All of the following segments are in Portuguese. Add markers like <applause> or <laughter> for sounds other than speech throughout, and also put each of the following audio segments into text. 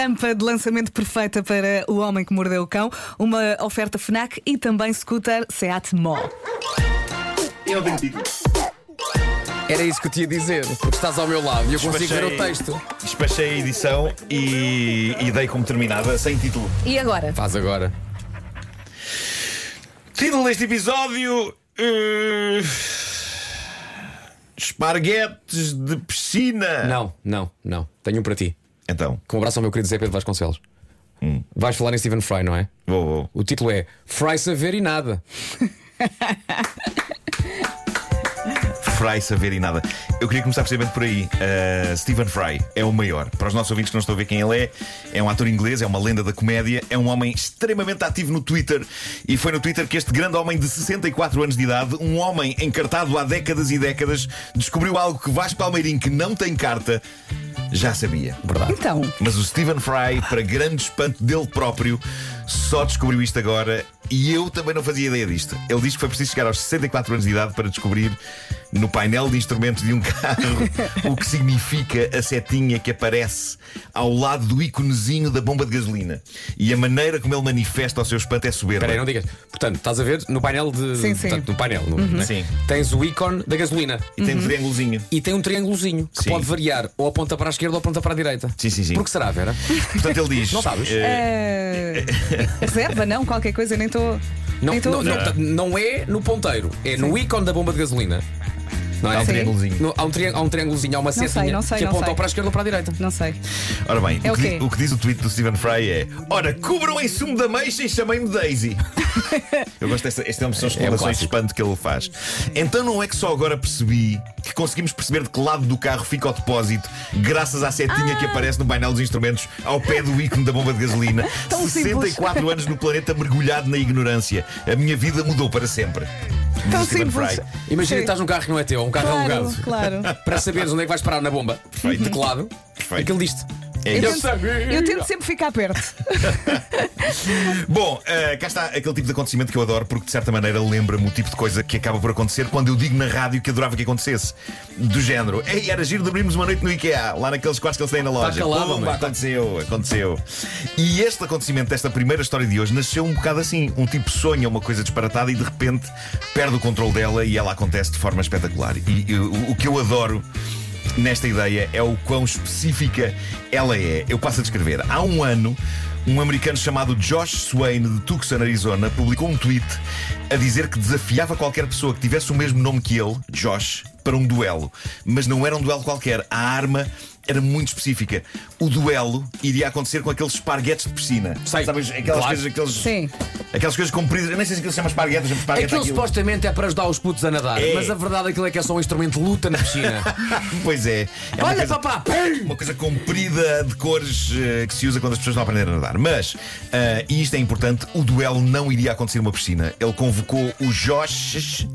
Ampa de lançamento perfeita para O Homem que Mordeu o Cão, uma oferta Fnac e também scooter Seat Mó. Eu vendido. Era isso que eu tinha a dizer, porque estás ao meu lado e eu consigo ver o texto. Despachei a edição e, e dei como terminada, sem título. E agora? Faz agora. Título deste episódio: eh, Esparguetes de piscina. Não, não, não. Tenho um para ti. Então, Com um abraço ao meu querido Zé Pedro Vasconcelos. Hum. Vais falar em Stephen Fry, não é? vou, vou. O título é Fry Saber e Nada. Fry saber e nada. Eu queria começar precisamente por aí. Uh, Stephen Fry é o maior. Para os nossos ouvintes que não estão a ver quem ele é, é um ator inglês, é uma lenda da comédia, é um homem extremamente ativo no Twitter. E foi no Twitter que este grande homem de 64 anos de idade, um homem encartado há décadas e décadas, descobriu algo que Vasco Palmeirim, que não tem carta, já sabia. Verdade. Então, Mas o Stephen Fry, para grande espanto dele próprio, só descobriu isto agora e eu também não fazia ideia disto. Ele diz que foi preciso chegar aos 64 anos de idade para descobrir no painel de instrumentos de um <laughs> carro o que significa a setinha que aparece ao lado do íconezinho da bomba de gasolina. E a maneira como ele manifesta o seu espanto é soberba. Espera aí, não digas. Portanto, estás a ver no painel de. Sim, sim. Portanto, no painel, no- né? Sim. Tens o ícone da gasolina. E tem um triângulozinho. E tem um triângulozinho que Sim. pode variar ou aponta para a esquerda ou aponta para a direita. Sim, sim, sim. Por que será, Vera? Portanto, ele diz. Não sabes? É. eh, eh, reserva, não? Qualquer coisa, nem estou. Não, nem tô a não, ver. não, portanto, não é no ponteiro, é no ícone da bomba de gasolina. Não é? Há um Sim. triângulozinho. No- há, um triângulo, há um triângulozinho, há uma sei, setinha não sei, que não aponta sei. ou para a esquerda ou para a direita. Não sei. Ora bem, É o, que o diz, quê? o que diz o tweet do Stephen Fry é: Ora, cubram em sumo da meixa e chamem-me <laughs> Daisy. Eu gosto desta. Este é uma são É um exclamações de clássico. espanto que ele faz. Então não é que só agora percebi que conseguimos perceber de que lado do carro fica o depósito, graças à setinha Ah! que aparece no painel dos instrumentos ao pé do ícone da bomba de gasolina. <laughs> Tão simples. 64 anos no planeta mergulhado na ignorância. A minha vida mudou para sempre. Diz Tão o Stephen simples. Fry. Imagina que Então Sim. estás num carro que não é teu, um carro alugado. Claro, claro. Para saberes onde é que vais parar na bomba, Perfeito. teclado, Perfeito. aquilo diz-te. É Eu isso. tento, eu tento sempre ficar perto. Bom, eh, cá está aquele tipo de acontecimento que eu adoro, porque de certa maneira lembra-me o tipo de coisa que acaba por acontecer quando eu digo na rádio que adorava que acontecesse. Do género, ei, era giro de abrirmos uma noite no IKEA, lá naqueles quartos que eles têm na loja. calado, Pumba, meu, tá- aconteceu, aconteceu. E este acontecimento, desta primeira história de hoje, nasceu um bocado assim. Um tipo sonha uma coisa disparatada e de repente perde o controle dela e ela acontece de forma espetacular. E, e o, o que eu adoro. Nesta ideia é o quão específica ela é. Eu passo a descrever. Há um ano, um americano chamado Josh Swain, de Tucson, Arizona, publicou um tweet a dizer que desafiava qualquer pessoa que tivesse o mesmo nome que ele, Josh, para um duelo. Mas não era um duelo qualquer. A arma era muito específica. O duelo iria acontecer com aqueles esparguetes de piscina. Sei. Sabes, aquelas Claro. coisas, aqueles, Sim. aquelas coisas compridas. Eu nem sei se aquilo se chama esparguetes, mas esparguete é Aquilo aquilo. supostamente é para ajudar os putos a nadar, É. mas a verdade aquilo é que é só um instrumento de luta <laughs> na piscina. <laughs> Pois é. é uma Olha, coisa- papá! pum! Uma coisa comprida de cores eh, que se usa quando as pessoas não aprendem a nadar. Mas, eh, e isto é importante, o duelo não iria acontecer numa piscina. Ele convocou o Josh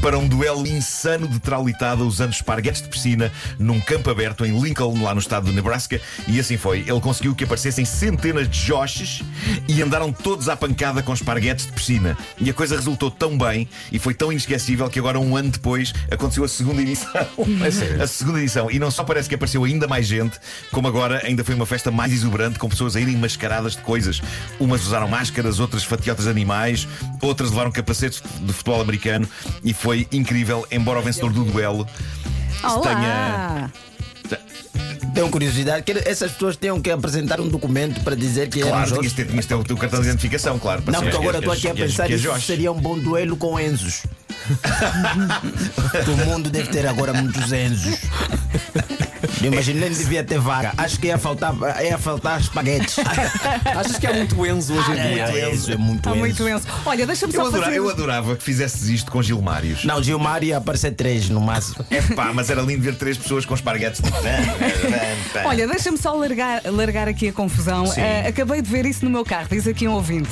para um duelo insano de traulitada usando esparguetes de piscina num campo aberto em Lincoln, lá no estado do Nebraska. E assim foi. Ele conseguiu que aparecessem centenas de Joshes e andaram todos à pancada com esparguetes de piscina. E a coisa resultou tão bem e foi tão inesquecível que agora, um ano depois, aconteceu a segunda <laughs> edição. É sério. A segunda edição. E não só parece que apareceu ainda mais gente, como agora ainda foi uma festa mais exuberante, com pessoas a irem mascaradas de coisas. Umas usaram máscaras, outras fatiotas de animais, outras levaram capacetes de futebol americano. E foi incrível, embora o vencedor do duelo. é, Olá! Tenho curiosidade, que essas pessoas tenham que apresentar um documento para dizer que eram Claro, tinhas Jorge. de ter, tinhas de ter o teu cartão de identificação, claro. para Não, saber porque agora que estou és- aqui a que és- pensar que és isso Jorge. seria um bom duelo com Enzos. <laughs> Todo mundo deve ter agora muitos Enzos. Eu imagino nem devia ter vaca. Acho que ia faltar, ia faltar espaguetes. <laughs> Achas que é muito Enzo hoje em Ah, É, dia? é, Enzo, é muito Está Tá muito Enzo. denso. Olha, deixa-me Eu só adorava, fazer. eu adorava que fizesses isto com Gilmários. Não, Gilmar ia aparecer três no máximo. É pá, mas era lindo ver três pessoas com esparguetes. É. Olha, deixa-me só largar, largar aqui a confusão. Ah, acabei de ver isso no meu carro, diz aqui um ouvinte.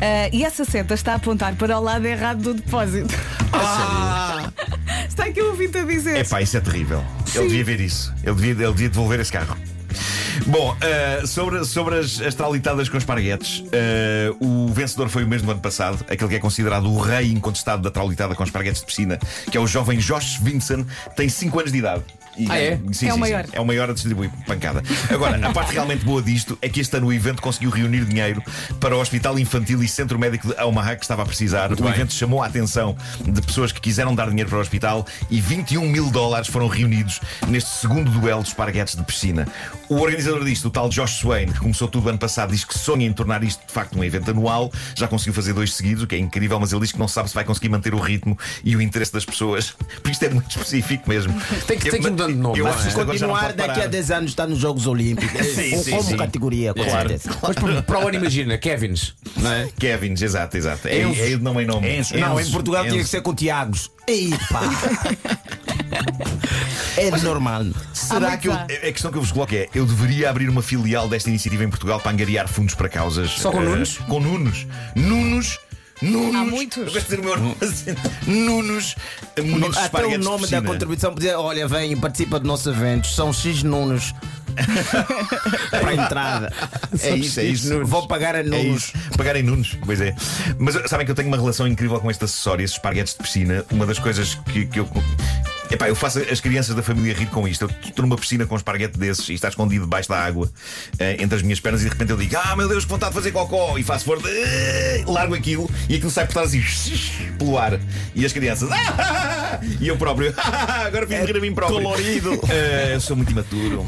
Ah, e essa seta está a apontar para o lado errado do depósito. <laughs> Ah, ah, está aqui um ouvinte a dizer. É pá, isso é terrível. Sim. Ele devia ver isso. Ele devia, ele devia devolver esse carro. Bom, ah, sobre, sobre as, as traulitadas com esparguetes, ah, o vencedor foi o mesmo do ano passado, aquele que é considerado o rei incontestado da traulitada com esparguetes de piscina, que é o jovem Josh Vinson, tem 5 anos de idade. E- Ah, é? Sim, É o sim, maior. sim. É o maior a distribuir pancada. Agora, a parte realmente boa disto é que este ano o evento conseguiu reunir dinheiro para o Hospital Infantil e Centro Médico de Omaha que estava a precisar. o bem. evento chamou a atenção de pessoas que quiseram dar dinheiro para o hospital e 21 mil dólares foram reunidos neste segundo duelo dos paraguetes de piscina. O organizador disto, o tal Josh Swain, que começou tudo ano passado, diz que sonha em tornar isto de facto um evento anual. Já conseguiu fazer dois seguidos, o que é incrível, mas ele diz que não sabe se vai conseguir manter o ritmo e o interesse das pessoas, <laughs> porque isto é muito específico mesmo. Tem que- tem que ir mudando de nome, Eu não acho é? que isto agora já não Continuar pode daqui a parar. 10 anos está nos Jogos Olímpicos. Sim, Ou sim, como sim. categoria, com Claro. certeza. Mas para- para o ano, imagina, Kevins. Não é? Kevins, exato, exato. É, Enzo. é de nome em nome. Enzo. Não, em Enzo, Portugal tinha que Enzo. ser com Tiagos. Epa! é normal. Será Ah, muito que eu, já. a questão que eu vos coloco é: eu deveria abrir uma filial desta iniciativa em Portugal para angariar fundos para causas. Só com eh, Nunos? Com Nunos. Nunos. Nunos. Há muitos. Eu gosto de dizer o meu nome assim. Nunos. Muitos Hum. Até o esparguetes de nome da piscina. contribuição podia, olha, vem e participa do nosso evento. São X Nunos. <laughs> Para a entrada. É isso, é isso. Vou pagar a É Nunos. isso. Pagarem Nunos, pois é. Mas sabem que eu tenho uma relação incrível com este acessório, esses esparguetes de piscina. Uma das coisas que, que eu. Epá, eu faço as crianças da família rir com isto. Eu estou numa piscina com um esparguete desses e está escondido debaixo da água, eh, entre as minhas pernas, e de repente eu digo: Ah, meu Deus, que vontade de fazer cocó! E faço força, eh, largo aquilo e aquilo sai por trás e <laughs> pelo ar. E as crianças, <laughs> "Ah!" E eu próprio, <laughs> agora fiz rir a mim próprio. Colorido! eu sou muito imaturo.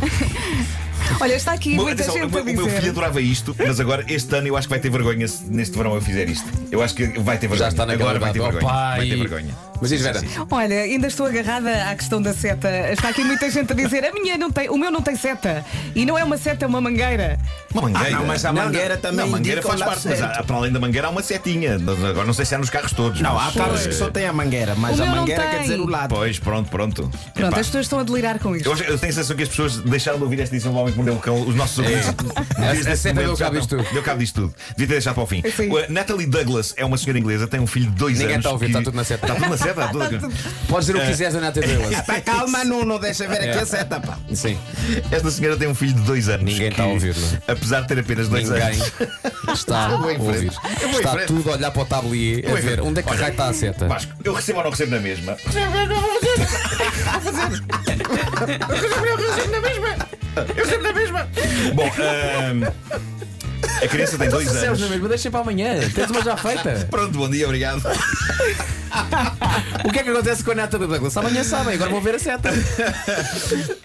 Olha, está aqui Bom, muita atenção, o, gente meu, a o meu filho dizer. adorava isto, mas agora este ano eu acho que vai ter vergonha se neste verão eu fizer isto. Eu acho que vai ter vergonha. Já está na agora vai ter idade. vergonha. Oh, pai. Vai ter vergonha. Mas diz, Vera. Olha, ainda estou agarrada à questão da seta. Está aqui muita gente a dizer: a minha não tem, o meu não tem seta. E não é uma seta, é uma mangueira. Uma mangueira. É não, mas a mangueira também Não, Ah, a mangueira indica faz o lado parte, mas certo. há- para além da mangueira há uma setinha. Mas Agora não sei se há nos carros todos. Não, há mas, carros eh, que só têm a mangueira, mas O a meu não mangueira tem. quer dizer o lado. Pois, pronto, pronto. Pronto, Epá, as pessoas estão a delirar com eu, isto. acho- eu tenho a sensação que as pessoas deixaram de ouvir esta edição do Homem que Mordeu o Cão. Os É. nossos ouvintes. <laughs> desde A- a esse seta momento deu já cabo não- disto tudo. Deu cabo disto tudo. Devia ter deixado para o fim. É sim. O, eh, Natalie Douglas é uma senhora inglesa, tem um filho de dois Ninguém anos. está a ouvir, que- está tudo na seta. Está tudo <laughs> na seta? Tá tudo. Podes Ah. dizer o que quiseres da <laughs> Nata Delas. Tá calma, Nuno, deixa ver aqui É. a seta, pá. Sim. Esta senhora tem um filho de dois anos. Ninguém está a que, ouvir, não é? Apesar de ter apenas dois Ninguém anos. está a vou em ouvir. frente. Eu vou em Está frente. tudo a olhar para o tablier a vou em ver frente. onde é que Olha. raio está a seta. Vasco, eu recebo ou não recebo na <laughs> mesma? Bom, ahm, a criança tem dois Percebes anos. na mesma? Deixa para amanhã. Tens uma já feita. Pronto, bom dia, obrigado. O que é que acontece com a Nata Douglas? Amanhã sabem, agora vão ver a seta.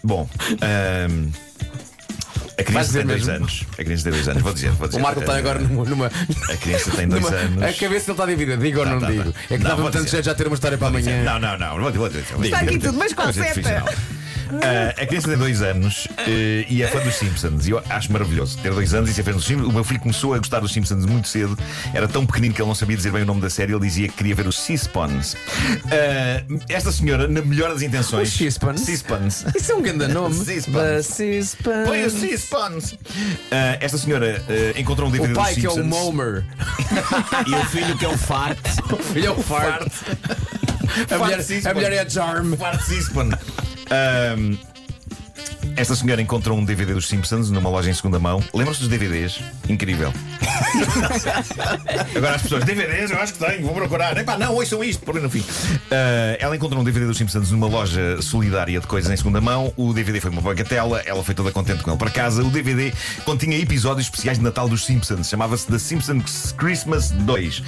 Bom, ahm, a criança dizer tem dois mesmo? anos. A criança tem dois anos, vou dizer, vou O dizer. Marco está Ah, agora numa. numa- A criança tem dois numa- anos. A cabeça dele está dividida, digo ou Tá, não tá, digo. tá. É que Não, dava vou tanto dizer. jeito já ter uma história para amanhã. Não, não, não, vou dizer, vou dizer. Está aqui tudo, mas com Vou seta. dizer profissional. Ah, a criança tem dois anos eh, e é fã dos Simpsons. E eu acho maravilhoso ter dois anos e ser fã dos Simpsons. O meu filho começou a gostar dos Simpsons muito cedo. Era tão pequenino que ele não sabia dizer bem o nome da série. Ele dizia que queria ver os Seaspons. esta senhora, na melhor das intenções. Os Seaspons? Seaspons. Isso é um grande nome. Seaspans. <laughs> The Seaspans. Põe os Seaspons. Ah, esta senhora eh, encontrou um DVD O pai dos que é Simpsons. o Momer. <laughs> E o filho que é o Fart. Ele é o Fart. A mulher, a mulher é a Jarm. Bart Sispan. Ahm, esta senhora encontrou um DVD dos Simpsons numa loja em segunda mão. Lembram-se dos DVDs? Incrível. Agora as pessoas, DVDs, eu acho que tenho, vou procurar. Epá, não, ouçam isto, por aí no fim. Ah, ela encontrou um DVD dos Simpsons numa loja solidária de coisas em segunda mão. O DVD foi uma bagatela, ela foi toda contente com ele para casa. O DVD continha episódios especiais de Natal dos Simpsons. Chamava-se The Simpsons Christmas 2.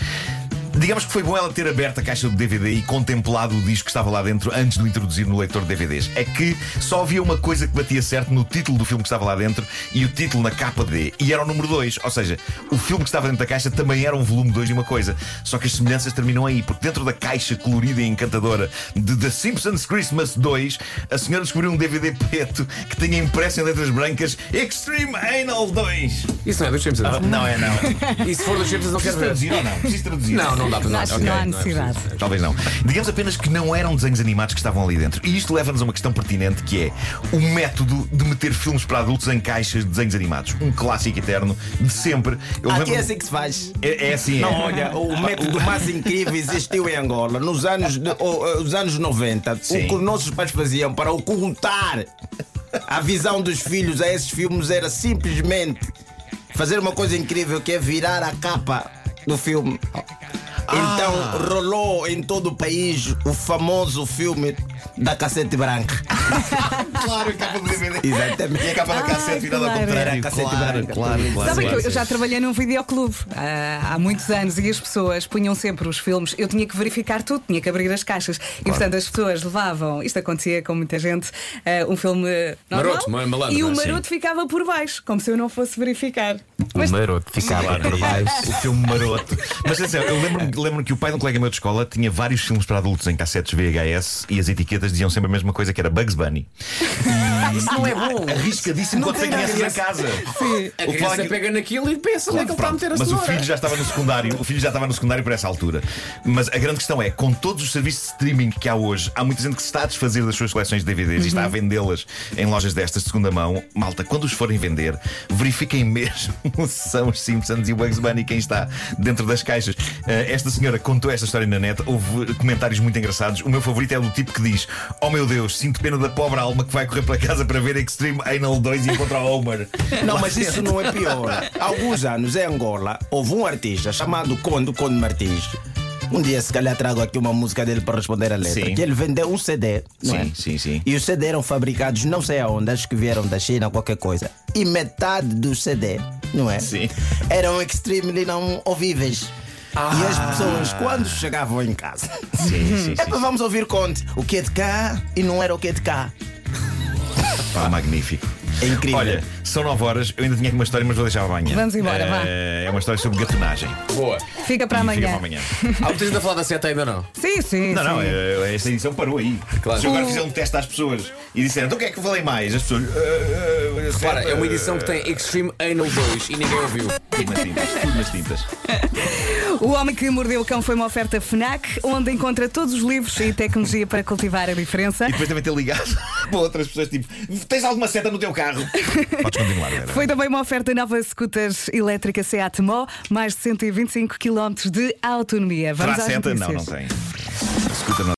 Digamos que foi bom ela ter aberto a caixa do DVD e contemplado o disco que estava lá dentro antes de o introduzir no leitor de DVDs. É que só havia uma coisa que batia certo no título do filme que estava lá dentro e o título na capa D. E era o número 2. Ou seja, o filme que estava dentro da caixa também era um volume 2 de uma coisa. Só que as semelhanças terminam aí, porque dentro da caixa colorida e encantadora de The Simpsons Christmas 2, a senhora descobriu um DVD preto que tinha impresso em letras brancas Extreme Anal 2. Isso não é dos Simpsons. Não é, não. E se for dos Simpsons, não quero Preciso ver. traduzir ou não? Preciso traduzir. Não, não dá para nós. Acho que não há é Ok, não é necessidade. Talvez não. Digamos apenas que não eram desenhos animados que estavam ali dentro. E isto leva-nos a uma questão pertinente que é o método de meter filmes para adultos em caixas de desenhos animados. Um clássico eterno de sempre. Eu Aqui lembro-me- é assim que se faz. é, é assim. é. Não, olha, Ah, o método mais incrível existiu em Angola. Nos anos, de- o- eh, os anos 90, Sim. o que os nossos pais faziam para ocultar a visão dos filhos a esses filmes era simplesmente fazer uma coisa incrível que é virar a capa do filme. <laughs> Então rolou em todo o país o famoso filme da Cacete Branca. claro, a capa do DVD. Exatamente. E a capa da Ai, cassete virada ao claro. contrário. Era a cassete claro, branca. claro, claro. Sabem que eu, claro. eu já trabalhei num videoclube ah, há muitos anos e as pessoas punham sempre os filmes. Eu tinha que verificar tudo, tinha que abrir as caixas. E portanto as pessoas levavam, isto acontecia com muita gente, ah, um filme normal Maroto, ma- malandro, e o sim. maroto ficava por baixo, como se eu não fosse verificar. O maroto ficava Claro, por baixo. O filme maroto. Mas atenção, eu lembro-me lembro que o pai de um colega meu de escola tinha vários filmes para adultos em cassetes VHS e as etiquetas diziam sempre a mesma coisa, que era Bugs Bunny. E, Isso não é bom. Arriscadíssimo quando tem crianças em casa. A O que fala criança que- pega naquilo e pensa onde é que ele está a Pronto, meter a mas o cenoura. filho já estava no secundário, o filho já estava no secundário por essa altura. Mas a grande questão é, com todos os serviços de streaming que há hoje, há muita gente que se está a desfazer das suas coleções de DVDs e Uhum. está a vendê-las em lojas destas de segunda mão. Malta, quando os forem vender, verifiquem mesmo <laughs> se são os Simpsons e o Bugs Bunny quem está dentro das caixas. Eh, esta senhora contou esta história na net, houve comentários muito engraçados. O meu favorito é do tipo que diz: Oh meu Deus, sinto pena da pobre alma que vai correr para casa para ver Extreme Anal 2 e encontra a Homer. Não, Lá mas dentro. isso não <laughs> é pior. Há alguns anos, em Angola, houve um artista chamado Kondo Kondo Martins. Um dia, se calhar, trago aqui uma música dele para responder a letra. Sim. Que ele vendeu um CD, não Sim, é? sim, sim. E os CD eram fabricados não sei aonde, acho que vieram da China, qualquer coisa. E metade do CD, não é? Sim. Eram extremely não ouvíveis. E Ah. as pessoas, quando chegavam em casa, <laughs> Sim, sim, é para sim. vamos ouvir Conte, o que é de cá e não era o que é de cá. Pá, magnífico. É incrível. Olha, são 9 horas, eu ainda tinha aqui uma história, mas vou deixar amanhã. Vamos embora, é, vá. É uma história sobre gatonagem. Boa. Fica para E Fica para amanhã. amanhã. Há muita gente a falar da seta ainda não. Sim, sim. Não, sim. não, é- esta edição parou aí. Claro. Se eu agora fizer um teste às pessoas e disseram, então o que é que eu falei mais? As pessoas. "Ah, ah, ah, Para, certo, é uma ah, edição que tem Extreme Anal 2 e ninguém ouviu. Umas tintas, umas tintas. O Homem que Mordeu o Cão foi uma oferta FNAC, onde encontra todos os livros e tecnologia para cultivar a diferença. E depois também ter ligado <laughs> para outras pessoas, tipo, tens alguma seta no teu carro? Podes continuar, galera. Foi também uma oferta nova scooters elétrica Seat Mó, mais de 125 km de autonomia. Terá Vamos às seta? Não, notícias. não tem. Escuta, não.